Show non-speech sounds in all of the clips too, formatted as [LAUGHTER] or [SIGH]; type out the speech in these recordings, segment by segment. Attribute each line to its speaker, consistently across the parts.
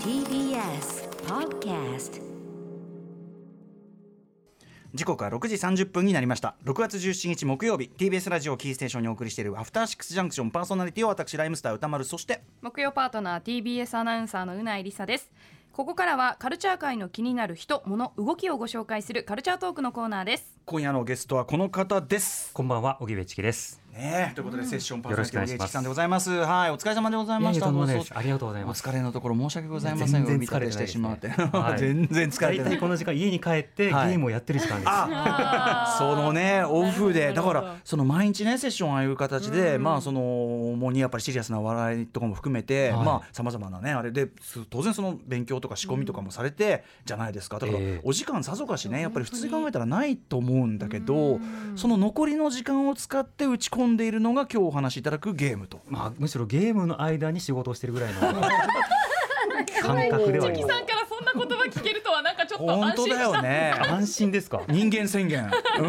Speaker 1: TBS Podcast
Speaker 2: 時刻は6時30分になりました6月17日木曜日 TBS ラジオキーステーションにお送りしているアフターシックスジャンクションパーソナリティを私ライムスター歌丸そして
Speaker 3: 木曜パートナー TBS アナウンサーのうないりさですここからはカルチャー界の気になる人物動きをご紹介するカルチャートークのコーナーです
Speaker 2: 今夜のゲストはこの方です
Speaker 4: こんばんは、小木部千恵です。
Speaker 2: ねえということでセッションパーソナリティ
Speaker 4: よ
Speaker 2: の
Speaker 4: ろしくお願いします
Speaker 2: 家さんでございますはいお疲れ様でございました
Speaker 4: いやいやとんでもない
Speaker 2: 放
Speaker 4: です
Speaker 2: 送
Speaker 4: ありがとうござい
Speaker 2: お
Speaker 4: ます
Speaker 2: 疲れのところ申し訳ございません
Speaker 4: 全然
Speaker 2: 見立てしてしまって [LAUGHS] 全然
Speaker 4: 全
Speaker 2: 疲れて
Speaker 4: 大
Speaker 2: ない
Speaker 4: 体この時間家に帰って、
Speaker 2: はい
Speaker 4: ゲームをやってる時間です。
Speaker 2: そのねオフでだ
Speaker 3: なる
Speaker 2: か
Speaker 3: ほど
Speaker 2: らその毎日ねセッションああいう形で、まあその主にやっぱりシリアスな笑いとかも含めて、
Speaker 4: はい
Speaker 2: まあさまざまなねあれです当然その勉強とか仕込みとかもされてじゃないですかだから
Speaker 4: ええ
Speaker 2: お時間さぞかしねやっぱり普通に考えたらないと思うんだけどその残りの時間を使って打ち込んでいるのが今日お話しいただくゲームと。
Speaker 4: まあ、むしろゲームの間に仕事をしてるぐらい
Speaker 3: [LAUGHS]
Speaker 4: の感覚ではあり
Speaker 3: さ
Speaker 4: ま
Speaker 3: んからそんな言葉聞けるとはなんかちょっと
Speaker 2: 本
Speaker 3: 安
Speaker 2: 当
Speaker 3: 心
Speaker 2: だ
Speaker 3: し
Speaker 2: よ
Speaker 3: た [LAUGHS]
Speaker 2: ね。
Speaker 4: す。安心ですか。
Speaker 2: 人間宣言。う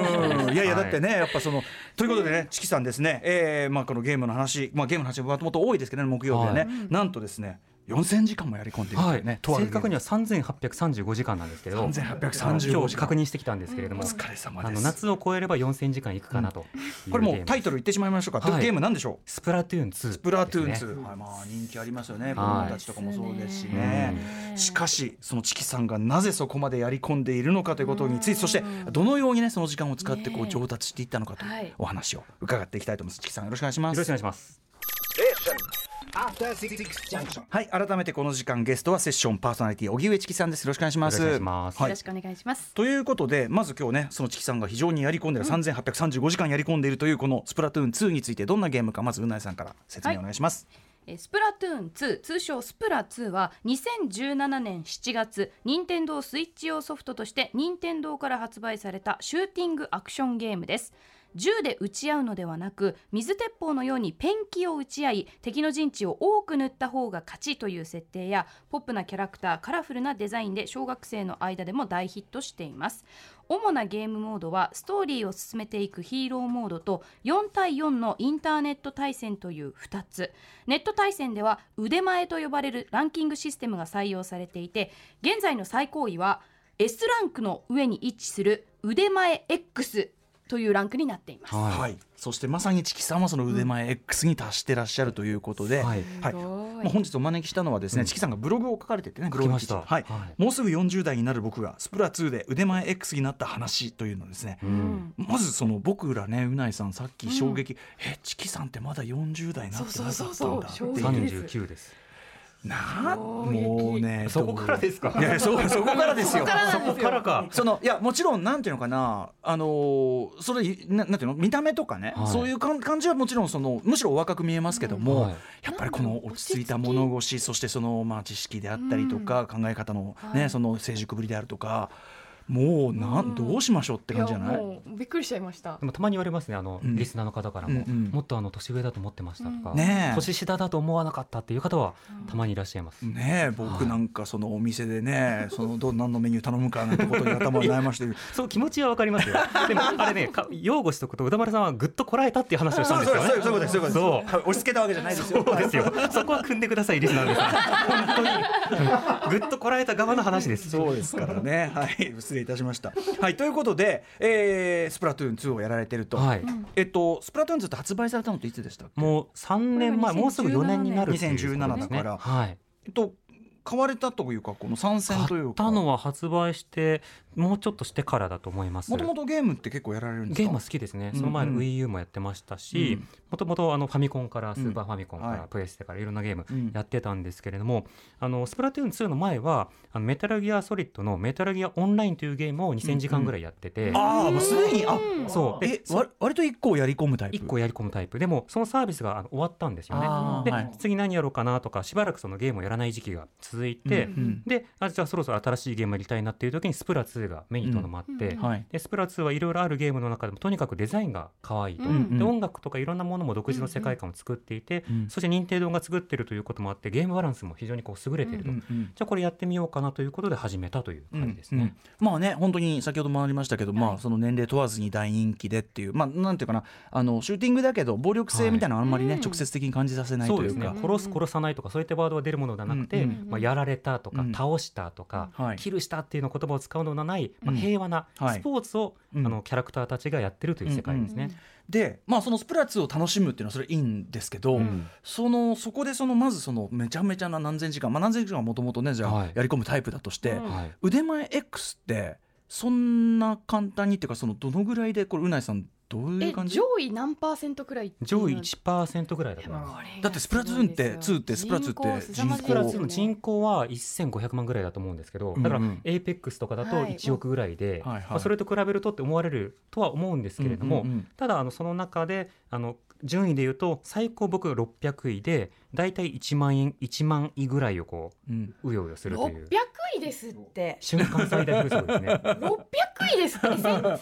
Speaker 2: ん、いやいや、
Speaker 4: はい
Speaker 2: だってね、やっぱその、ということでね、チキさんですね、えーまあ、このゲームの話、まあ、ゲームの話、もともと多いですけどね、木曜日はね、
Speaker 4: は
Speaker 2: なんとですね。4000時間もやり込んでいると
Speaker 4: は
Speaker 2: いう
Speaker 4: い、
Speaker 2: ね、
Speaker 4: 正確に
Speaker 2: は
Speaker 4: は三千八百三十五時間なんですけど。
Speaker 2: 3835時間
Speaker 4: 今日確認してきたんですけれども。
Speaker 2: お疲れ様
Speaker 4: あ
Speaker 2: で
Speaker 4: の
Speaker 2: す。
Speaker 4: 夏を超えれば四千時間いくかなという
Speaker 2: これも
Speaker 4: ゲー
Speaker 2: う
Speaker 4: ム
Speaker 2: タイトル言ってしまいましょうか。
Speaker 4: はい
Speaker 2: ゲームなんでしょう。
Speaker 4: スプラトゥーン2、ス
Speaker 2: スプラトゥーン2、はい、まあ、人気ありますよね、子供たちとかもそうですしね。しかし、そのチキさんがなぜそこまでやり込んでいるのかということについて、そして、どのようにね、その時間を使って、こう
Speaker 3: ねえ
Speaker 2: 上達していったのかとい
Speaker 3: は
Speaker 2: う
Speaker 3: い
Speaker 2: お話を伺っていきたいと思います。チキさん、よろしくお願いしま
Speaker 4: よろしくお
Speaker 2: す
Speaker 4: 願い。します。
Speaker 2: はい、改めてこの時間ゲストはセッションパーソナリティ荻上チキさんです。よろしくお願いします。
Speaker 4: よろしくお願いします
Speaker 2: は
Speaker 3: よ
Speaker 2: い
Speaker 3: ろしくお願いします
Speaker 2: ということでまず今日ねそのチキさんが非常にやり込んでる、3835時間やり込んでいるというこの「スプラトゥーン2」についてどんなゲームかまずうなえさんから説明お願いします。
Speaker 3: えースプラトゥーン2通称スプラ2は2017年7月任天堂スイッチ用ソフトとして任天堂から発売されたシューティングアクションゲームです銃で撃ち合うのではなく水鉄砲のようにペンキを打ち合い敵の陣地を多く塗った方が勝ちという設定やポップなキャラクターカラフルなデザインで小学生の間でも大ヒットしています主なゲームモードはストーリーを進めていくヒーローモードと4対4のインターネット対戦という2つネット対戦では腕前と呼ばれるランキングシステムが採用されていて現在の最高位は S ランクの上に位置する腕前 X というランクになっています。
Speaker 2: はい、
Speaker 4: は
Speaker 2: そしてまさにチキさんはその腕前 X に達してらっしゃるということで、
Speaker 4: い。はい。
Speaker 2: はい
Speaker 3: ごい
Speaker 2: まあ、本日お招きしたのはですね、
Speaker 4: うん
Speaker 2: チキさんがブログを書かれててね、ブロ
Speaker 4: き
Speaker 2: グ
Speaker 4: ま
Speaker 2: 記
Speaker 4: し
Speaker 2: 事
Speaker 4: た。
Speaker 2: はい
Speaker 4: は
Speaker 2: もうすぐ40代になる僕がスプラ2で腕前 X になった話というのですね
Speaker 4: い。う。
Speaker 3: うんん
Speaker 2: まずその僕らねうないさんさっき衝撃、えチキさんってまだ40代になってなかったんだっていう
Speaker 3: そうそうそうそう衝撃
Speaker 4: 三十九です。
Speaker 2: なあもうね
Speaker 4: そこからですか
Speaker 2: いやいやそそこからですよ
Speaker 4: そこからか。
Speaker 2: そのいやもちろんなんていうのかなあのーそれななんていうの見た目とかね、
Speaker 4: はい
Speaker 2: そういう感感じはもちろんそのむしろお若く見えますけども、
Speaker 4: はい
Speaker 2: やっぱりこの落ち着いた物腰そしてそのまあ知識であったりとか、考え方のね、
Speaker 5: はい
Speaker 2: その成熟ぶりであるとかもうなん、
Speaker 5: うん
Speaker 2: どうしましょうって感じじゃない
Speaker 5: やもうびっくりしちゃいました
Speaker 4: で。もたまに言われますねあの、
Speaker 2: うん
Speaker 4: リスナーの方からも、
Speaker 2: うんうん
Speaker 4: もっとあの年上だと思ってましたとか、
Speaker 5: うん
Speaker 2: ねえ
Speaker 4: 年下だと思わなかったっていう方はたまにいらっしゃいます、
Speaker 2: ねえ僕なんかそのお店でねそのど何のメニュー頼むかなんてことに頭を悩まして [LAUGHS] る
Speaker 4: そう気持ちはわかりますよでもあれねか擁護しとくと歌丸さんはぐっとこらえたっていう話をしたんですよね
Speaker 2: そうですそうです
Speaker 4: そう
Speaker 2: はい押し付けたわけじゃないですよ
Speaker 4: そうですよそこは組んでくださいリスナーの皆さん本当にぐっとこらえた側の話です
Speaker 2: そうですからね。はい、失礼いたしました。はい、ということで、えー、スプラトゥーン2をやられてると。
Speaker 4: はい、
Speaker 2: えっと、スプラトゥーン2って発売されたのっていつでしたっけ
Speaker 4: もう三年前
Speaker 3: これ
Speaker 4: も
Speaker 3: は2017
Speaker 4: うすぐ四年になるっていう
Speaker 2: 2017だから
Speaker 4: はい
Speaker 2: えっと、買われたというか、この参戦とい
Speaker 4: 買っ
Speaker 2: うか。
Speaker 4: たのは発売してもうちょっとしてからだと思います
Speaker 2: もともとゲームって結構やられるんですか
Speaker 4: ゲームは好きですね、
Speaker 2: うん
Speaker 4: その前の WiiU もやってましたし
Speaker 2: うん
Speaker 4: もともとあのファミコンからスーパーファミコンか
Speaker 2: は
Speaker 4: ら
Speaker 2: い
Speaker 4: プレステからいろんなゲーム
Speaker 2: うん
Speaker 4: やってたんですけれども、あのスプラトゥーン2の前はあのメタルギアソリッドのメタルギアオンラインというゲームを2000時間ぐらいやってて、
Speaker 2: ああ、もうすでに、あ、
Speaker 4: そう
Speaker 2: え
Speaker 4: で、
Speaker 2: わ割と一個をやり込むタイプ。
Speaker 4: 1個やり込むタイプでもそのサービスがあの終わったんですよね
Speaker 2: あー
Speaker 4: で、
Speaker 2: はい
Speaker 4: 次何やろうかなとかしばらくそのゲームをやらない時期が続続いて、
Speaker 3: うん
Speaker 4: であじゃあそろそろ新しいゲームやりたいなっていう時にスプラ2が目に留まって、
Speaker 3: うん
Speaker 2: はい
Speaker 4: でスプラ2はいろいろあるゲームの中でもとにかくデザインが可愛いと、
Speaker 3: うん
Speaker 2: うん
Speaker 4: で音楽とかいろんなものも独自の世界観を作っていて、
Speaker 2: うん
Speaker 4: そして任天堂が作ってるということもあってゲームバランスも非常にこう優れていると、
Speaker 2: う
Speaker 4: じ
Speaker 2: んうん
Speaker 4: ゃあこれやってみようかなということで始めたという感じです
Speaker 2: う
Speaker 4: ね
Speaker 2: ん。まあね本当に先ほどもありましたけど、ま
Speaker 3: は
Speaker 2: あ
Speaker 3: い
Speaker 2: その年齢問わずに大人気でっていうまあなんていうかなあのシューティングだけど暴力性みたいなのはあんまりね、
Speaker 3: はいうん
Speaker 2: 直接的に感じさせない
Speaker 4: そう
Speaker 2: とい
Speaker 4: で
Speaker 2: う
Speaker 4: すね
Speaker 2: か。
Speaker 4: 殺す殺さないとかそういったワードが出るものではなくて、
Speaker 2: うん
Speaker 3: うん
Speaker 4: まあ、やられたとか、
Speaker 2: うん
Speaker 4: 倒したとか、
Speaker 2: はい
Speaker 4: キルしたっていうの言葉を使うのではない、ま
Speaker 2: う
Speaker 4: あ、
Speaker 2: ん
Speaker 4: 平和な
Speaker 2: はい
Speaker 4: スポーツを、
Speaker 2: うん
Speaker 4: あのキャラクターたちがやってるという世界ですね。
Speaker 2: でまあそのスプラ2を楽しむっていうのはそれいいんですけど、
Speaker 4: うん
Speaker 2: そのそこでそのまずそのめちゃめちゃな何千時間まあ何千時間はもともとねじゃあ
Speaker 4: はい
Speaker 2: やり込むタイプだとして、
Speaker 3: うん
Speaker 4: はい
Speaker 2: 腕前 X ってそんな簡単にっていうかそのどのぐらいでこれうないさんどうい
Speaker 3: え
Speaker 2: う感じ
Speaker 3: 上位何パーセントくらいっていうの
Speaker 4: 上位1%ぐらいだと思います。
Speaker 2: だってスプラトゥーンって2ってスプラトゥーンって人口
Speaker 3: ス
Speaker 4: プ
Speaker 3: プ
Speaker 4: ラ
Speaker 3: ラ
Speaker 4: スの人口は1500万ぐらいだと思うんですけど、
Speaker 2: うん
Speaker 4: だからエイペックスとかだと
Speaker 3: はい
Speaker 4: 1億ぐらいで、
Speaker 2: はいはい
Speaker 4: まあ、それと比べるとって思われるとは思うんですけれども、
Speaker 2: うんうんうん
Speaker 4: ただあのその中であの順位で言うと最高僕が600位で大体1万円1万位ぐらいをこ
Speaker 2: うん
Speaker 4: ううようよするという
Speaker 3: 600位ですって
Speaker 4: 瞬間最大風速ですね
Speaker 3: 600位ですって1000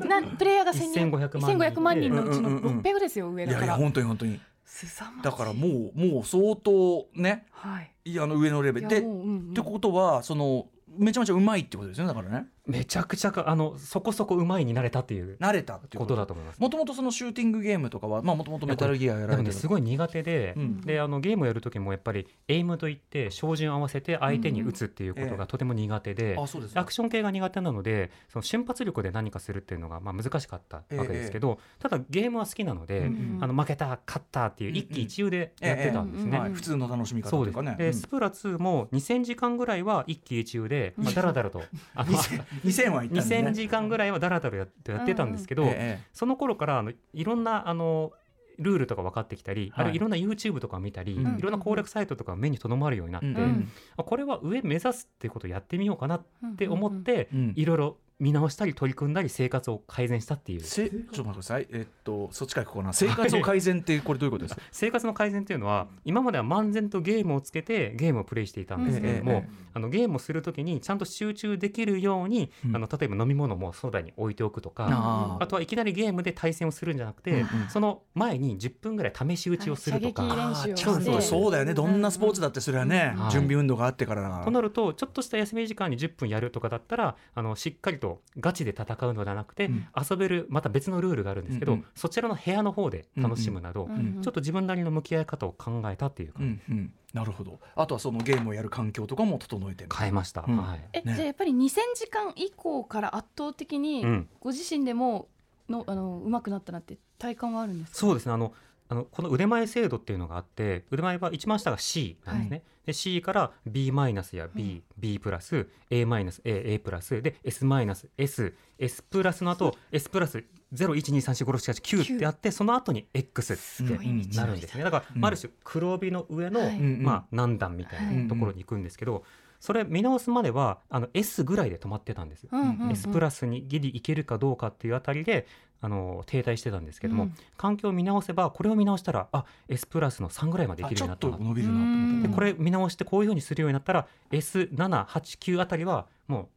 Speaker 3: 1000なんプレイヤーが1000
Speaker 4: 1500
Speaker 3: 1500
Speaker 4: 万
Speaker 3: 万
Speaker 4: 人
Speaker 3: 人
Speaker 4: で
Speaker 3: のうち
Speaker 2: うんうん
Speaker 3: の
Speaker 2: うんうん
Speaker 3: 600ですよ上
Speaker 2: い
Speaker 3: だ
Speaker 2: や
Speaker 3: か
Speaker 2: いや
Speaker 3: ら
Speaker 2: 本当に本当に
Speaker 3: 凄まじい
Speaker 2: だからもうもう相当ね
Speaker 3: はい
Speaker 2: いやあの上のレベル
Speaker 3: い
Speaker 2: で
Speaker 3: や
Speaker 2: っ
Speaker 3: もううんうん
Speaker 2: てことはそのめちゃめちゃうまいってことですよねだからね
Speaker 4: めちゃくちゃかあのそこそこうまいになれたっていう
Speaker 2: 慣れたっていう
Speaker 4: ことだと思います。
Speaker 2: もともとそのシューティングゲームとかはまあもともとメタルギアや
Speaker 4: で
Speaker 2: ら
Speaker 4: も
Speaker 2: れ
Speaker 4: ね
Speaker 2: てる
Speaker 4: すごい苦手で、
Speaker 2: うん
Speaker 4: であのゲームをやる時もやっぱりエイムといって照準を合わせて相手に打つっていうこと
Speaker 2: うんええ
Speaker 4: がとても苦手で、
Speaker 2: あそうですか
Speaker 4: アクション系が苦手なのでその瞬発力で何かするっていうのがまあ難しかったわけですけど、ただゲームは好きなので、
Speaker 2: うん
Speaker 4: あの負けた勝ったっていう一喜一憂でやってたんです
Speaker 3: ええええ
Speaker 4: ね。
Speaker 2: はい普通の楽しみ方
Speaker 4: そう
Speaker 2: とい
Speaker 4: で
Speaker 2: う
Speaker 4: す
Speaker 2: かね
Speaker 4: で、スプラ2も2000時間ぐらいは一喜一憂で、まあ、だらだらと
Speaker 2: [LAUGHS]
Speaker 4: あの
Speaker 2: 2000はいったんで
Speaker 4: 2000
Speaker 2: ね
Speaker 4: 時間ぐらいはだらだらやってやってたんですけど、
Speaker 2: ええ
Speaker 4: その頃からあのいろんなあのルールとか分かってきたり、
Speaker 2: はい
Speaker 4: あるいろんな YouTube とか見たり、
Speaker 2: うん
Speaker 4: いろんな攻略サイトとか目にとどまるようになって、
Speaker 2: うん
Speaker 3: うん
Speaker 4: あこれは上目指すっていうことをやってみようかなっ
Speaker 3: って
Speaker 4: 思って、
Speaker 2: うん
Speaker 4: いろいろ見直したり取り組んだり生活を改善したっていう
Speaker 2: せちょっと待ってくださいえっとそっちから行こうかな生活を改善ってこれどういうことですか
Speaker 4: 生活の改善っていうのは今までは漫然とゲームをつけてゲームをプレイしていたんですけれども、
Speaker 2: えええ
Speaker 4: あのゲームをするときにちゃんと集中できるように、
Speaker 2: うん
Speaker 4: あの例えば飲み物もそばに置いておくとか。
Speaker 2: あ
Speaker 4: あとはいきなりゲームで対戦をするんじゃなくて、
Speaker 2: うんうん
Speaker 4: その前に10分ぐらい試し打ちをするとか、
Speaker 3: はい
Speaker 2: あ
Speaker 3: 射撃練習を
Speaker 2: ちゃん
Speaker 4: して
Speaker 2: とそうだよねどんなスポーツだってそれはね
Speaker 4: うん
Speaker 2: 準備運動があってからだから
Speaker 4: となるとちょっとした休み時間に10分やるとかだったらあのしっかりとガチで戦うのではなくて、
Speaker 2: うん
Speaker 4: 遊べるまた別のルールがあるんですけど、
Speaker 2: うんうん
Speaker 4: そちらの部屋の方で楽しむなど、
Speaker 2: ん
Speaker 4: ちょっと自分なりの向き合い方を考えたっていうか、
Speaker 2: うんうん、なるほどあとはそのゲームをやる環境とかも整えてる
Speaker 4: 変えました、
Speaker 2: うん
Speaker 4: はい、
Speaker 3: え、
Speaker 2: ね
Speaker 3: じゃあやっぱり2000時間以降から圧倒的に
Speaker 4: うん
Speaker 3: ご自身でものあの上手くなったなって体感はあるんですか。
Speaker 4: そうですねあのあのこの腕前制度っていうのがあって腕前は一番下が C なんですね、で C から B マイナスや B、B プラス A マイナス A A プラスで S マイナス S S プラスの後 S プラス012345678 9ってあってその後に X
Speaker 3: す
Speaker 4: って
Speaker 3: ごい道
Speaker 4: な
Speaker 3: の
Speaker 4: るん
Speaker 3: り
Speaker 4: で
Speaker 3: だ
Speaker 4: すねだから、
Speaker 2: うん
Speaker 4: まあある種黒帯の上の、
Speaker 3: はい
Speaker 2: うん
Speaker 4: まあ、何段みたいなところに行くんですけど、それ見直すまではあの S ぐらいで止まってたんです、
Speaker 3: うんうんうん
Speaker 4: S プラスにギリいけるかどうかっていうあたりであの停滞してたんですけども、
Speaker 3: うん
Speaker 4: 環境を見直せばこれを見直したらあ S プラスの3ぐらいまでい
Speaker 2: あ
Speaker 4: ける
Speaker 2: ち
Speaker 4: よう
Speaker 2: ょ
Speaker 4: にな
Speaker 2: っ
Speaker 4: った
Speaker 2: と
Speaker 4: な
Speaker 2: 伸びるなと思っ
Speaker 3: うん
Speaker 2: て
Speaker 4: でこれ見直してこういうふうにするようになったら S789 あたりはもう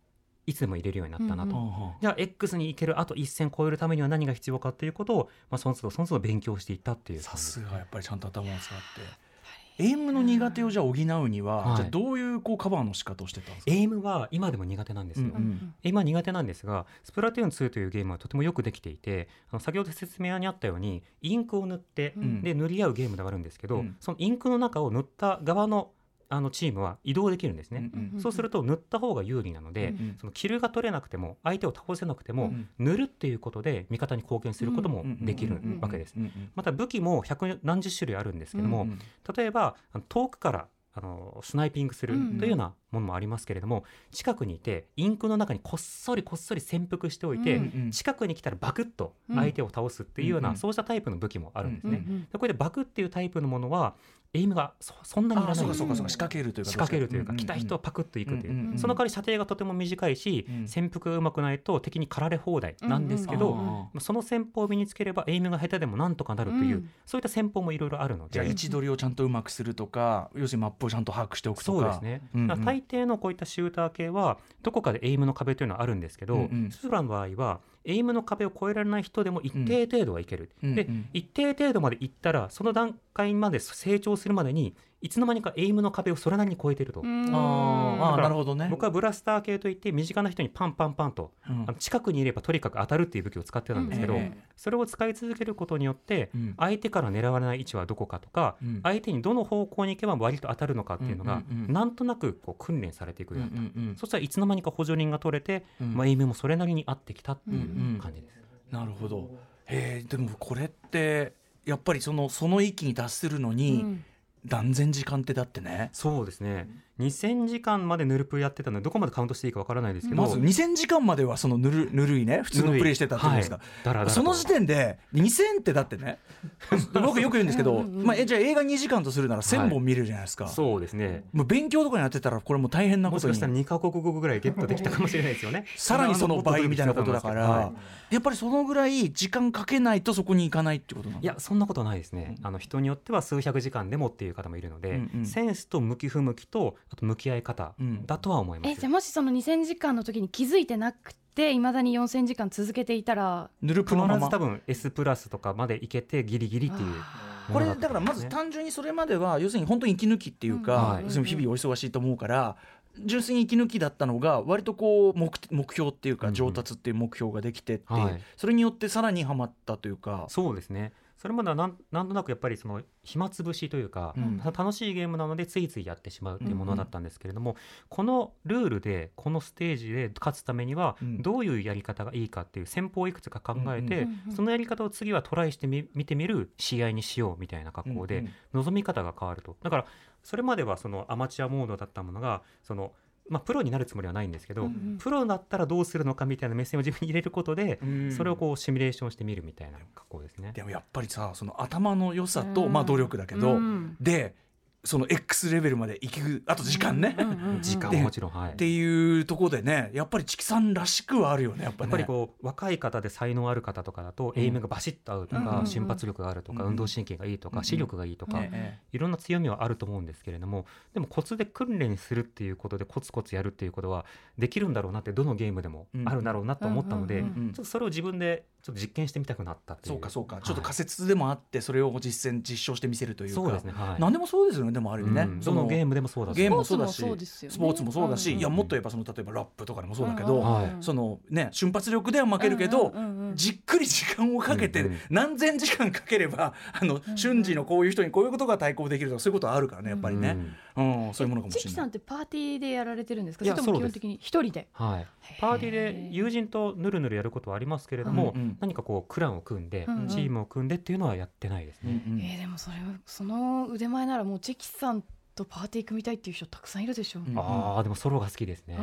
Speaker 4: いつでも入れるようになったなと。
Speaker 3: うんうん
Speaker 4: じゃあ X に行けるあと一線超えるためには何が必要かっていうことを、まあ、その都度その都度勉強していったっていう感
Speaker 2: さ
Speaker 4: じ
Speaker 2: すがやっぱりちゃんと頭を使ってエイムの苦手をじゃあ補うには、
Speaker 4: はい
Speaker 2: じゃあどういうこうカバーの仕方をしてたんですか、
Speaker 4: エイムは今でも苦手なんですよ、
Speaker 2: うんうん
Speaker 4: 今苦手なんですがスプラトゥーン2というゲームはとてもよくできていてあの先ほど説明にあったようにインクを塗って、
Speaker 2: ん
Speaker 4: で塗り合うゲームではあるんですけ
Speaker 2: う
Speaker 4: ど、
Speaker 2: ん
Speaker 4: そのインクの中を塗った側のあのチームは移動できるんですね、
Speaker 2: うんうん
Speaker 4: そうすると塗った方が有利なので、
Speaker 3: うん
Speaker 4: そのキルが取れなくても相手を倒せなくても、
Speaker 2: うん
Speaker 4: 塗るっていうことで味方に貢献することもできるわけです、
Speaker 2: うんうん
Speaker 4: また武器も百何十種類あるんですけど
Speaker 2: う
Speaker 4: も、
Speaker 2: ん
Speaker 4: 例えばあの遠くからあのスナイピングするというようなものもありますけれども近くにいてインクの中にこっそりこっそり潜伏しておいて、
Speaker 3: うん
Speaker 2: うん
Speaker 4: 近くに来たらバクッと相手を倒すっていうような、
Speaker 2: うん
Speaker 4: そうしたタイプの武器もあるんですね。
Speaker 3: うんうん
Speaker 4: でこれでバクっていうタイプのものはエイムがそそんなにいら
Speaker 2: あ
Speaker 4: な
Speaker 2: そ
Speaker 4: い
Speaker 2: うか
Speaker 3: ん
Speaker 2: そうかそうか仕掛けるというか
Speaker 4: 仕掛けるというか、
Speaker 2: んんん
Speaker 4: 来た人はパクッといくという、
Speaker 2: うんうんうん
Speaker 4: その代わり射程がとても短いし、
Speaker 2: うん
Speaker 4: 潜伏がうまくないと敵に駆られ放題なんですけど、
Speaker 3: うんうんうん
Speaker 4: まあその戦法を身につければエイムが下手でもなんとかなるという、
Speaker 3: うん
Speaker 4: そういった戦法もいろいろあるの
Speaker 2: じゃあ
Speaker 4: で
Speaker 2: 位。置取りをちゃんとうまくするとか要するにマップをちゃんと把握しておくとか
Speaker 4: そうですね、
Speaker 2: うんうん
Speaker 4: だから大抵のこういったシューター系はどこかでエイムの壁というのはあるんですけど、
Speaker 2: うんうん
Speaker 4: スーラの場合はエイムの壁を越えられない人でも一定程度はいける、
Speaker 2: うんうん
Speaker 4: で一定程度まで行ったらその段階まで成長するまでにいつの間にかエイムの壁をそれなりに越えてると、
Speaker 3: うん
Speaker 2: あーあーなるほどね
Speaker 4: 僕はブラスター系といって身近な人にパンパンパンと、
Speaker 2: うん
Speaker 4: あの近くにいればとにかく当たるっていう武器を使ってたんですけど、
Speaker 2: うんええ
Speaker 4: それを使い続けることによって、
Speaker 2: うん
Speaker 4: 相手から狙われない位置はどこかとか、
Speaker 2: うん
Speaker 4: 相手にどの方向に行けば割と当たるのかっていうのが、
Speaker 2: うんうんうん
Speaker 4: なんとなくこう訓練されていくようになった、
Speaker 2: うんうんうん
Speaker 4: そしたらいつの間にか補助人が取れて、
Speaker 2: うん
Speaker 4: まあ、エイムもそれなりに合ってきたってい
Speaker 2: んうん
Speaker 4: う感じです。
Speaker 2: なるほどえーでもこれってやっぱりそのその域に達するのに、
Speaker 3: うん
Speaker 2: 断然時間ってだってね
Speaker 4: そうですね2000時間までヌルプやってたのでどこまでカウントしていいかわからないですけど、
Speaker 2: まず2000時間まではそのぬるぬるいね普通のプレイしてたっていうんですか、
Speaker 4: はいだらだらと
Speaker 2: その時点で2000ってだって
Speaker 4: [LAUGHS]
Speaker 2: ね僕よく言うんですけど、
Speaker 3: うんうんうん
Speaker 2: まあ、えじゃあ映画2時間とするなら1000本見るじゃないですか、
Speaker 4: そうですね
Speaker 2: もう勉強とかになってたらこれもう大変なこ
Speaker 4: もし
Speaker 2: と
Speaker 4: か
Speaker 2: に
Speaker 4: したら2カ国語ぐらいゲットできたかもしれないですよね
Speaker 2: [LAUGHS] さらにその倍みたいなことだから、
Speaker 4: はい
Speaker 2: やっぱりそのぐらい時間かけないとそこに行かないってことなん
Speaker 4: いやそんなことないですね、あの人によっては数百時間でもっていう方もいるの
Speaker 2: う
Speaker 4: で、
Speaker 2: んうん
Speaker 4: センスと向き不向きとあと向き合い方だとは思います、
Speaker 3: えじゃあもしその2000時間の時に気づいてなくていまだに4000時間続けていたら
Speaker 2: ぬるプ
Speaker 4: 必
Speaker 2: のまま
Speaker 4: ず多分 S プラスとかまでいけてギリギリっていう
Speaker 2: こ
Speaker 4: もの
Speaker 2: れだ
Speaker 4: と
Speaker 2: か
Speaker 4: 思
Speaker 2: ら
Speaker 4: い
Speaker 2: ますず
Speaker 4: ね
Speaker 2: 単純にそれまでは要するに本当に息抜きっていうか、
Speaker 4: うん
Speaker 2: 要するに日々お忙しいと思うから純粋に息抜きだったのが割とこう目目標っていう
Speaker 4: うん
Speaker 2: か
Speaker 4: うん
Speaker 2: 上達っていう目標ができてっていう、
Speaker 4: はい
Speaker 2: それによってさらにはまったというか。
Speaker 4: そうですねそれまではなんなんとなくやっぱりその暇つぶしというか、
Speaker 2: うん
Speaker 4: 楽しいゲームなのでついついやってしまうっていうものだったんですけれども、このルールでこのステージで勝つためには
Speaker 2: うん
Speaker 4: どういうやり方がいいかっていう戦法をいくつか考え
Speaker 2: うん
Speaker 4: て、
Speaker 3: うんうん
Speaker 4: そのやり方を次はトライしてみ見てみる試合にしようみたいな格好で、
Speaker 2: うんうん
Speaker 4: 望み方が変わるとだからそれまではそのアマチュアモードだったものがその、まあ、プロになるつもりはないんですけど、
Speaker 3: うんうん
Speaker 4: プロだったらどうするのかみたいな目線を自分に入れることで、
Speaker 2: うん
Speaker 4: それをこうシミュレーションしてみるみたいな格好ですね。
Speaker 2: でもやっぱりさその頭の良さと、
Speaker 3: うん
Speaker 2: まあ、努力だけど、
Speaker 3: うん
Speaker 2: でその X レベルまで行くあと時間ね、
Speaker 3: うんう
Speaker 2: っ
Speaker 3: んうんうん
Speaker 4: 時間
Speaker 2: で
Speaker 4: ももちろん、はい、
Speaker 2: ていうところでねやっぱりチキさんらしくはあるよねやっぱ
Speaker 4: やっ
Speaker 2: ね。
Speaker 4: ぱりこう若い方で才能ある方とかだと
Speaker 2: うん
Speaker 4: エイムがバシッと合うと
Speaker 2: うんうん
Speaker 4: か
Speaker 2: うん
Speaker 4: 瞬発力があると
Speaker 2: うん
Speaker 4: か
Speaker 2: うん
Speaker 4: 運動神経がいいと
Speaker 2: うんう
Speaker 4: か
Speaker 2: ん
Speaker 4: 視力がいいとか
Speaker 2: ええ
Speaker 4: いろんな強みはあると思うんですけれどもでもコツで訓練するっていうことでコツコツやるっていうことはできるんだろうなってどのゲームでもあるんだろうなと思ったの
Speaker 3: う
Speaker 4: でち
Speaker 3: んう
Speaker 4: ょ
Speaker 3: んうん
Speaker 2: うんうん
Speaker 4: っとそれを自分でちょっと実験してみたくなったっていう
Speaker 2: そうかそうか、
Speaker 4: はい
Speaker 2: ちょっと仮説でもあってそれを実践実証してみせるというか
Speaker 4: そうですねはい
Speaker 2: 何でもそうですよねでもある意味ね、
Speaker 4: うんどのゲームでもそうだし
Speaker 2: ゲームも
Speaker 3: ス
Speaker 2: そ
Speaker 3: ポ
Speaker 2: う
Speaker 3: ーツ
Speaker 2: だし
Speaker 3: もそうですよね
Speaker 2: スポーツもそうだし、
Speaker 3: うん
Speaker 2: いやもっと言えばその例えばラップとかでもそうだけど、
Speaker 3: うんうんうん
Speaker 4: はい
Speaker 2: そのね瞬発力では負けるけど、
Speaker 3: うんうんうんうん
Speaker 2: じっくり時間をかけて、
Speaker 4: うんうん
Speaker 2: 何千時間かければあの、瞬時のこういう人にこういうことが対抗できるとかそういうことはあるからねやっぱりね、うんそういうものかもし
Speaker 3: チキ
Speaker 2: れ
Speaker 3: さ
Speaker 2: なんい。
Speaker 3: ってパーティーでやられてるんですか
Speaker 4: い
Speaker 3: そ
Speaker 4: や
Speaker 3: れとも基
Speaker 4: そうで
Speaker 3: 本
Speaker 4: す
Speaker 3: 的に一人で
Speaker 4: はい、パーティーで友人とぬるぬるやることはありますけれども、
Speaker 2: うんうん
Speaker 4: 何かこうクランを組んで、
Speaker 3: うんうん
Speaker 4: チームを組んでっていうのはやってないです
Speaker 2: うん
Speaker 4: ね。
Speaker 2: うん
Speaker 3: えーでもそれはその腕前ならもうチェキさんとパーティー組みたいっていう人たくさんいるでしょう、
Speaker 2: うん
Speaker 4: ああでもソロが好きですね。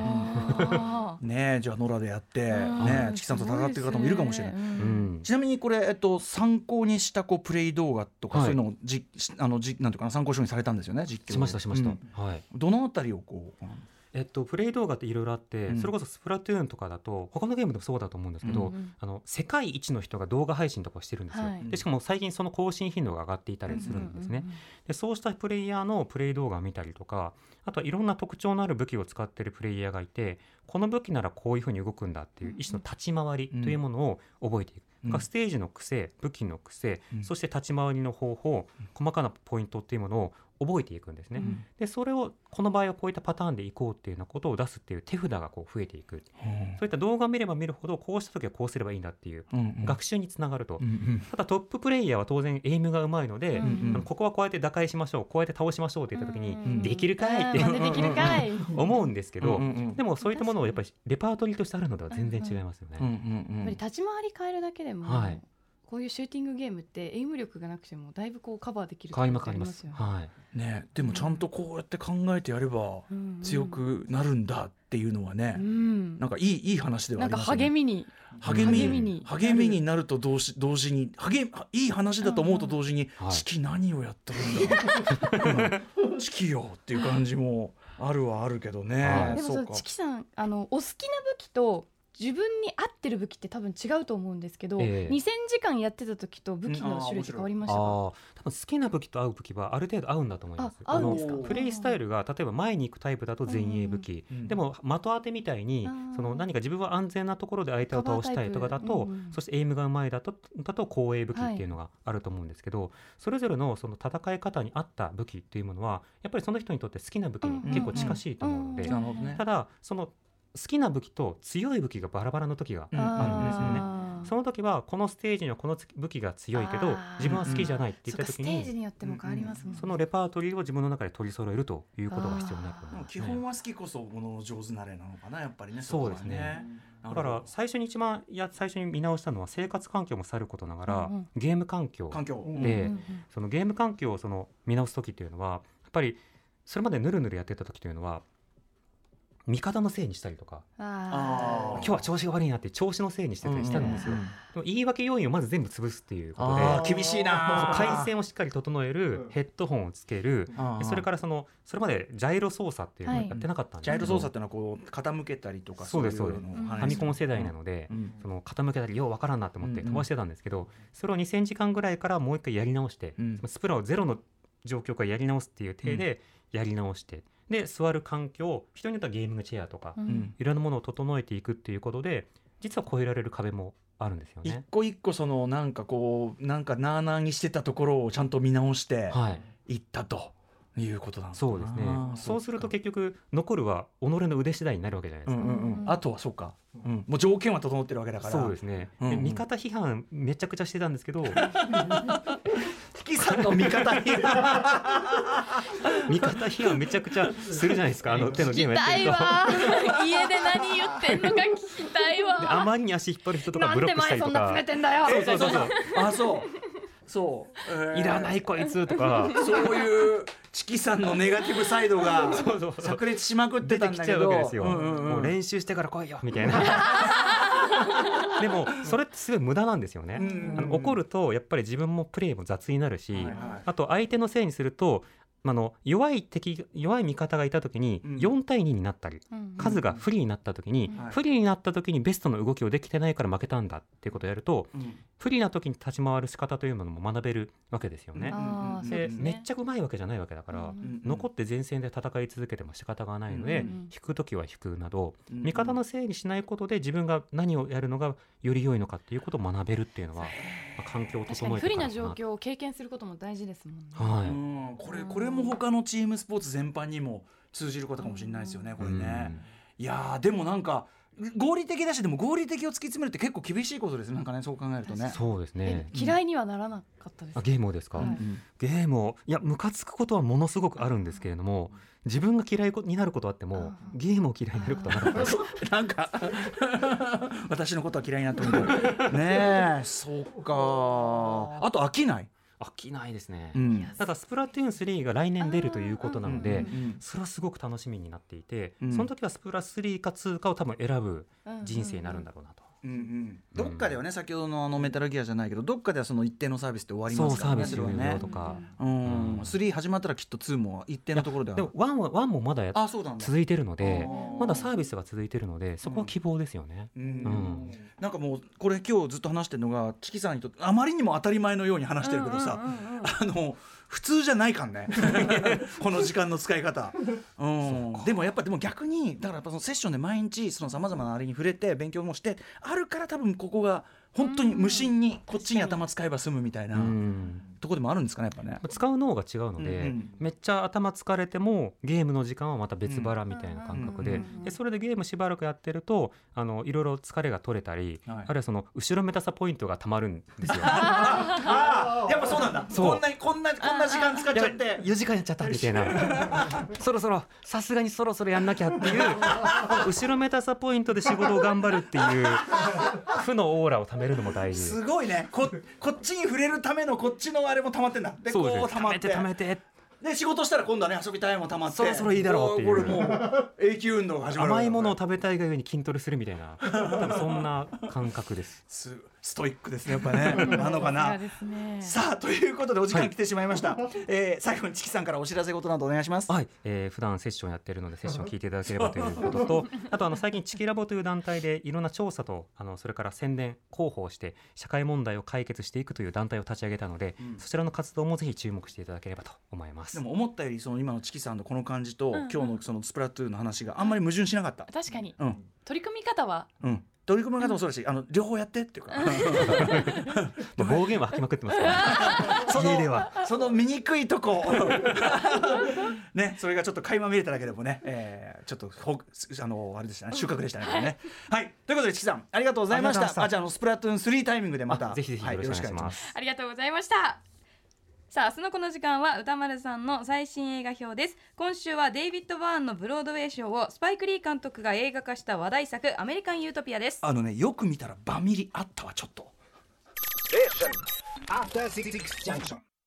Speaker 3: あ
Speaker 2: ねえじゃあ野良でやって、
Speaker 3: ー
Speaker 2: ね
Speaker 3: う
Speaker 2: え
Speaker 3: ん
Speaker 2: チキさんと戦ってる方もいるかもしれない。
Speaker 3: すごで
Speaker 4: う
Speaker 3: すねうん
Speaker 4: ん
Speaker 2: ちなみにこれ、えっと、参考にしたこうプレイ動画とか、
Speaker 4: はい
Speaker 2: そういうのをじしあのじなんていうかな参考書にされたんですよね実況
Speaker 4: しましたしました、
Speaker 2: うん
Speaker 4: はい
Speaker 2: どのあたりをこう、うん
Speaker 4: えっと、プレイ動画っていろいろあって、
Speaker 2: うん
Speaker 4: それこそスプラトゥーンとかだと他のゲームでもそうだと思うんですけど、
Speaker 3: うんうん
Speaker 4: あの世界一の人が動画配信とかをしてるんですよ、
Speaker 3: はい
Speaker 4: でしかも最近その更新頻度が上がっていたりするんですね、
Speaker 3: うんうんうん
Speaker 4: でそうしたプレイヤーのプレイ動画を見たりとかあとはいろんな特徴のある武器を使っているプレイヤーがいてこの武器ならこういうふうに動くんだっていう一種の立ち回りというものを覚えていく、
Speaker 2: うん
Speaker 4: がステージの癖武器の癖、
Speaker 2: うん
Speaker 4: そして立ち回りの方法細かなポイントっていうものを覚えていくんですね、
Speaker 2: うん
Speaker 4: でそれをこの場合はこういったパターンでいこうっていうようなことを出すっていう手札がこう増えていくそういった動画を見れば見るほどこうした時はこうすればいいんだっていう
Speaker 2: うんうん
Speaker 4: 学習につながると、
Speaker 2: うんうん
Speaker 4: ただトッププレイヤーは当然エイムがうまいので、
Speaker 3: うん
Speaker 2: うん
Speaker 4: あのここはこうやって打開しましょうこうやって倒しましょうって言った時に、
Speaker 3: うん
Speaker 4: できるかいって
Speaker 3: うん真似できるかい
Speaker 4: 思うんですけど、
Speaker 2: うんうんうん
Speaker 4: でもそういったものをやっぱりレパートリーとしてあるのでは全然違いますよね。
Speaker 2: うんうんうん
Speaker 3: やっぱり立ち回り変えるだけでも、
Speaker 4: はい
Speaker 3: こういうシューティングゲームってエイム力がなくてもだいぶこうカバーできる
Speaker 4: 開幕あります
Speaker 3: よね
Speaker 4: はい
Speaker 2: ね、でもちゃんとこうやって考えてやれば
Speaker 3: うんうん
Speaker 2: 強くなるんだっていうのはね、
Speaker 3: うん
Speaker 2: なんかいいいい話では
Speaker 3: な
Speaker 2: あ
Speaker 3: ん
Speaker 2: り
Speaker 3: か
Speaker 2: ますよね
Speaker 3: 励みに
Speaker 2: 励み
Speaker 3: 励みに
Speaker 2: 励みになると同時同時に励みいい話だと思うと同時に
Speaker 4: うんう
Speaker 2: 「
Speaker 4: ん
Speaker 2: チキ何をやってるんだ」 [LAUGHS] うん「チキよ」っていう感じもあるはあるけど
Speaker 4: は
Speaker 2: ね
Speaker 4: い。
Speaker 3: でも
Speaker 2: そ
Speaker 3: そうう
Speaker 2: か
Speaker 3: チキさんあのお好きな武器と自分に合ってる武器って多分違うと思うんですけど、
Speaker 4: ええ
Speaker 3: 2000時間やってた時と武器の種類って変わりましたか、
Speaker 4: あー多分好きな武器と合う武器はある程度合うんだと思います
Speaker 3: あ合うん
Speaker 4: の
Speaker 3: ですか
Speaker 2: あの
Speaker 4: プレイスタイルが例えば前に行くタイプだと前衛武器、
Speaker 2: うん
Speaker 4: でも的当てみたいに
Speaker 3: あー
Speaker 4: その何か自分は安全なところで相手を倒したいとかだ
Speaker 3: カバ
Speaker 4: と、
Speaker 3: ータイプうんうん
Speaker 4: そしてエイムがうまいだとだと後衛武器っていうのがあると思うんですけど、それぞれのその戦い方に合った武器っていうものはやっぱりその人にとって好きな武器に結構近しいと思うので、
Speaker 3: うん
Speaker 2: なるほどね
Speaker 4: ただその好きな武器と強い武器がバラバラの時が
Speaker 2: うん
Speaker 4: あ
Speaker 3: あー
Speaker 4: その時はこのステージにはこの武器が強いけど
Speaker 3: あー
Speaker 4: 自分は好きじゃないって言
Speaker 3: そ
Speaker 4: っ
Speaker 3: っか
Speaker 4: た
Speaker 3: ス
Speaker 4: 時
Speaker 3: テ
Speaker 4: に
Speaker 3: ージによっても変わりますもんね、
Speaker 4: そのレパートリーを自分の中で取り揃えるということが必要になると
Speaker 2: で
Speaker 4: 思い
Speaker 2: も
Speaker 4: ます、
Speaker 2: 基
Speaker 4: ね。
Speaker 2: 本は好きこそものの上手なれなのかなやっぱりね
Speaker 4: そう
Speaker 2: こは
Speaker 4: ですね
Speaker 2: な
Speaker 4: だ
Speaker 2: る
Speaker 4: か
Speaker 2: ほど
Speaker 4: ら最初に一番や最初に見直したのは生活環境もさることながら、
Speaker 3: うんうん
Speaker 4: ゲーム環境
Speaker 2: 環境
Speaker 4: で
Speaker 3: うんうん
Speaker 4: そのゲーム環境をその見直す時っていうのはやっぱりそれまでぬるぬるやってた時というのは味方のせいにしたりとか
Speaker 3: あ
Speaker 2: あー
Speaker 3: ー
Speaker 4: 今日は調子が悪いなって調子のせいにしてたりしたんですよ、
Speaker 2: うんうんうん
Speaker 4: でも言い訳要因をまず全部潰すっていうことで
Speaker 2: あー厳しいな
Speaker 4: そう回線をしっかり整えるヘッドホンをつける、
Speaker 2: あー
Speaker 4: それからそのそれまでジャイロ操作っていうのを
Speaker 3: はい
Speaker 4: やってなかったんです
Speaker 2: ジャ
Speaker 4: け
Speaker 2: イ
Speaker 4: ど
Speaker 2: ロ操作っていうのはこう傾けたりとか
Speaker 4: そうです
Speaker 2: いのを
Speaker 4: そう
Speaker 3: です
Speaker 2: 話
Speaker 4: ファミコン
Speaker 2: する
Speaker 4: 世代なので、
Speaker 2: うん
Speaker 4: その傾けたりようわからんなと思って
Speaker 2: うんうん
Speaker 4: 飛ばしてたんですけど、それを2000時間ぐらいからもう一回やり直して、
Speaker 2: うん
Speaker 4: そのスプラをゼロの状況からやり直すっていう体でやり直して、で座る環境人によってはゲーミングチェアとか、
Speaker 3: うん
Speaker 2: うん
Speaker 4: いろんなものを整えていくっていうことで実は超えられる壁もあるんですよ
Speaker 2: 一
Speaker 4: ね。
Speaker 2: 個一個そのなんかこうなんかなあなあにしてたところをちゃんと見直して
Speaker 4: は
Speaker 2: い
Speaker 4: い、
Speaker 2: ったということなん
Speaker 4: そうですねそうすると結局残るは己の腕次第になるわけじゃないで
Speaker 2: う
Speaker 4: す
Speaker 2: ん
Speaker 4: か。
Speaker 2: うんうんあとはそうか、うん、もう条件は整ってるわけだから
Speaker 4: そうですね、
Speaker 2: うんう
Speaker 4: で
Speaker 2: ん
Speaker 4: 味方批判めちゃくちゃしてたんですけど
Speaker 2: 月さんの味方に
Speaker 4: 味方批判めちゃくちゃするじゃないですかあの手の
Speaker 3: 聞
Speaker 4: ゲーム
Speaker 3: き
Speaker 4: やったて
Speaker 3: い
Speaker 4: ると
Speaker 3: わ。ー家で何言ってんのか聞きたいわ
Speaker 4: で
Speaker 3: ー
Speaker 4: あまりに足引っ張る人とか
Speaker 3: な
Speaker 4: ブ
Speaker 3: ん
Speaker 4: ロ
Speaker 3: で
Speaker 4: ックした
Speaker 3: 前
Speaker 4: り
Speaker 3: そ
Speaker 4: と
Speaker 3: んな
Speaker 4: か
Speaker 3: 詰めてんだよ
Speaker 4: そうそうそうそう
Speaker 2: [LAUGHS] あそうそう、えー
Speaker 4: いらないこいつと
Speaker 2: [LAUGHS]
Speaker 4: か
Speaker 2: そういうチキさんのネガティブサイドが
Speaker 4: そうそうそう
Speaker 2: 炸裂しまくって
Speaker 4: 出
Speaker 2: た
Speaker 4: て
Speaker 2: ん
Speaker 4: き
Speaker 2: だ
Speaker 4: ち
Speaker 2: け
Speaker 4: ゃうわ
Speaker 2: ど
Speaker 4: けですよ、
Speaker 2: うんうんうん
Speaker 4: もう練習してから来いよみたいなでもそれってすごい無駄なんですよね、
Speaker 2: うん
Speaker 4: あの怒るとやっぱり自分もプレーも雑になるし、
Speaker 2: はいはい
Speaker 4: あと相手のせいにするとあの弱い敵弱い味方がいた時に
Speaker 2: うん
Speaker 4: 4対2になったり、
Speaker 3: うん
Speaker 4: 数が不利になった時に、
Speaker 2: うんはい
Speaker 4: 不利になった時にベストの動きをできてないから負けたんだっていうことをやると
Speaker 2: うん
Speaker 4: 不利な時に立ち回る仕方というものも学べるわけですよね。
Speaker 3: あーそう
Speaker 4: で
Speaker 3: ですね
Speaker 4: めっちゃうまいわけじゃないわけだから、
Speaker 3: うん
Speaker 2: うん
Speaker 4: 残って前線で戦い続けても仕方がないので、
Speaker 2: うん
Speaker 3: うん
Speaker 4: 引く時は引くなど、
Speaker 2: うん
Speaker 4: 味方のせいにしないことで自分が何をやるのがより良いのかっていうことを学べるっていうのは、まあ環境を
Speaker 3: 確か
Speaker 4: 整
Speaker 3: に
Speaker 4: え
Speaker 3: 不
Speaker 4: て
Speaker 3: 利
Speaker 4: か
Speaker 3: な
Speaker 4: らか
Speaker 3: 状
Speaker 4: な
Speaker 3: 況を経験することも大事ですもんね。
Speaker 4: は
Speaker 2: う
Speaker 4: い、
Speaker 2: んこれこれも他のチームスポーツ全般にも通じることかもしれないですよねこれね。いやーでもなんか合理的だしでも合理的を突き詰めるって結構厳しいことですねなんかねそう考えると
Speaker 4: うん
Speaker 2: ね。
Speaker 4: そうですね
Speaker 3: え嫌いにはならなかったです
Speaker 4: あ。ゲームをですか、
Speaker 3: はい
Speaker 2: うん
Speaker 4: ゲームをいやムカつくことはものすごくあるんですけれども自分が嫌いになることはあっても
Speaker 3: あー
Speaker 4: ゲームを嫌いになることはなかったです
Speaker 2: [LAUGHS] なんか [LAUGHS] 私のことは嫌いになってもねえそうかあと飽きない、
Speaker 4: [LAUGHS] 飽きないですね、
Speaker 2: うん
Speaker 4: ただスプラトゥーン3が来年出るということなので、
Speaker 3: あーうんうん
Speaker 2: うん
Speaker 4: それはすごく楽しみになっていて、
Speaker 2: うん
Speaker 4: その時はスプラ3か2かを多分選ぶ
Speaker 3: うん
Speaker 4: 人生になるんだ。ろうなと、
Speaker 2: うんうん、どっかではね先ほどのあのメタルギアじゃないけどどっかではその一定のサービスって終わりま
Speaker 4: そう
Speaker 2: すか
Speaker 4: サー
Speaker 2: らね
Speaker 4: ビス
Speaker 2: れは
Speaker 4: 有料
Speaker 2: ね
Speaker 4: と。か、
Speaker 2: うん
Speaker 4: うん
Speaker 2: 3始まったらきっと2も一定のところでは
Speaker 4: でも1は1もまだや
Speaker 2: あそうなんだ
Speaker 4: 続いてるので
Speaker 2: あー
Speaker 4: まだサービスが続いてるのでそこは希望ですよね、
Speaker 2: うん
Speaker 4: ん
Speaker 2: なんかもうこれ今日ずっと話してるのがチキさんにとってあまりにも当たり前のように話してるけどさ、あの普通じゃないかんね [LAUGHS] この時間の使い
Speaker 4: [LAUGHS]
Speaker 2: 方、うん、でもやっぱでも逆にだからやっぱそのセッションで毎日そのさまざまなあれに触れて勉強もしてあるから多分ここが本当に無心にこっちに頭使えば済むみたいな
Speaker 4: うん
Speaker 2: とこでもあるんですかねやっぱね。
Speaker 4: 使う脳が違うので、
Speaker 2: うんうん
Speaker 4: めっちゃ頭疲れてもゲームの時間はまた別腹みたいな感覚で,、
Speaker 2: うん
Speaker 3: うん
Speaker 4: でそれでゲームしばらくやってるとあのいろいろ疲れが取れたり、
Speaker 2: はい
Speaker 4: あるいはその後ろめたさポイントがたまるんですよ。
Speaker 2: ああやっぱそうなんだ
Speaker 4: そう
Speaker 2: なにこんなこんな時間使っ
Speaker 4: やばい4時間やっちゃったみたいなそろそろさすがにそろそろやんなきゃ
Speaker 2: [LAUGHS]
Speaker 4: っていう後ろめたさポイントで仕事を頑張るっていう負のオーラを溜めるのも大事
Speaker 2: すごいねここっちに触れるためのこっちのあれも溜まってんだで
Speaker 4: そ
Speaker 2: こ
Speaker 4: うですね
Speaker 2: う溜まって
Speaker 4: 貯めて貯めて
Speaker 2: で仕事したら今度はね遊びたいも溜まって
Speaker 4: そろそろいいだろうっていう
Speaker 2: これも
Speaker 4: [LAUGHS]
Speaker 2: う永久運動が始まる
Speaker 4: 甘いものを食べたいがゆえに筋トレするみたいな多分そんな感覚です
Speaker 2: すストイックですねやっぱね [LAUGHS] なのかなさあということでお時間来てしまいました、えー最後にチキさんからお知らせ事などお願いします
Speaker 4: はい、えー普段セッションやってるので [LAUGHS] セッション聞いていただければということ [LAUGHS] とあとあの最近チキラボという団体でいろんな調査とあのそれから宣伝広報をして社会問題を解決していくという団体を立ち上げたので、
Speaker 2: うん
Speaker 4: そちらの活動もぜひ注目していただければと思います
Speaker 2: でも思ったよりその今のチキさんのこの感じと、今日のそのスプラトゥーンの話があんまり矛盾しなかった
Speaker 3: 確かに
Speaker 2: うん
Speaker 3: 取り組み方は
Speaker 2: うん取り組み方もそうだし、あの両方やってっていう [LAUGHS] か
Speaker 4: もう暴言は吐きまくってますから、
Speaker 2: その
Speaker 4: 家では
Speaker 2: その醜いとこ [LAUGHS] ねそれがちょっと垣間見れただけでもね、えーちょっとほあのあれでしたね収穫でしたねこれねはい、ということでチキさんありがとうございましたあ
Speaker 4: ありがとうございました
Speaker 2: じゃああのスプラトゥーン3タイミングでまた
Speaker 4: あぜひぜひ
Speaker 2: は
Speaker 4: よろしくお願いし
Speaker 2: よ
Speaker 4: ま
Speaker 2: ろ
Speaker 4: す、
Speaker 3: ありがとうございました。さあ明日のこの時間は歌丸さんの最新映画表です今週はデイビッド・バーンのブロードウェイ賞をスパイク・リー監督が映画化した話題作「アメリカン・ユートピア」です
Speaker 2: あのねよく見たらバミリあったわちょっと
Speaker 5: After Six Junction.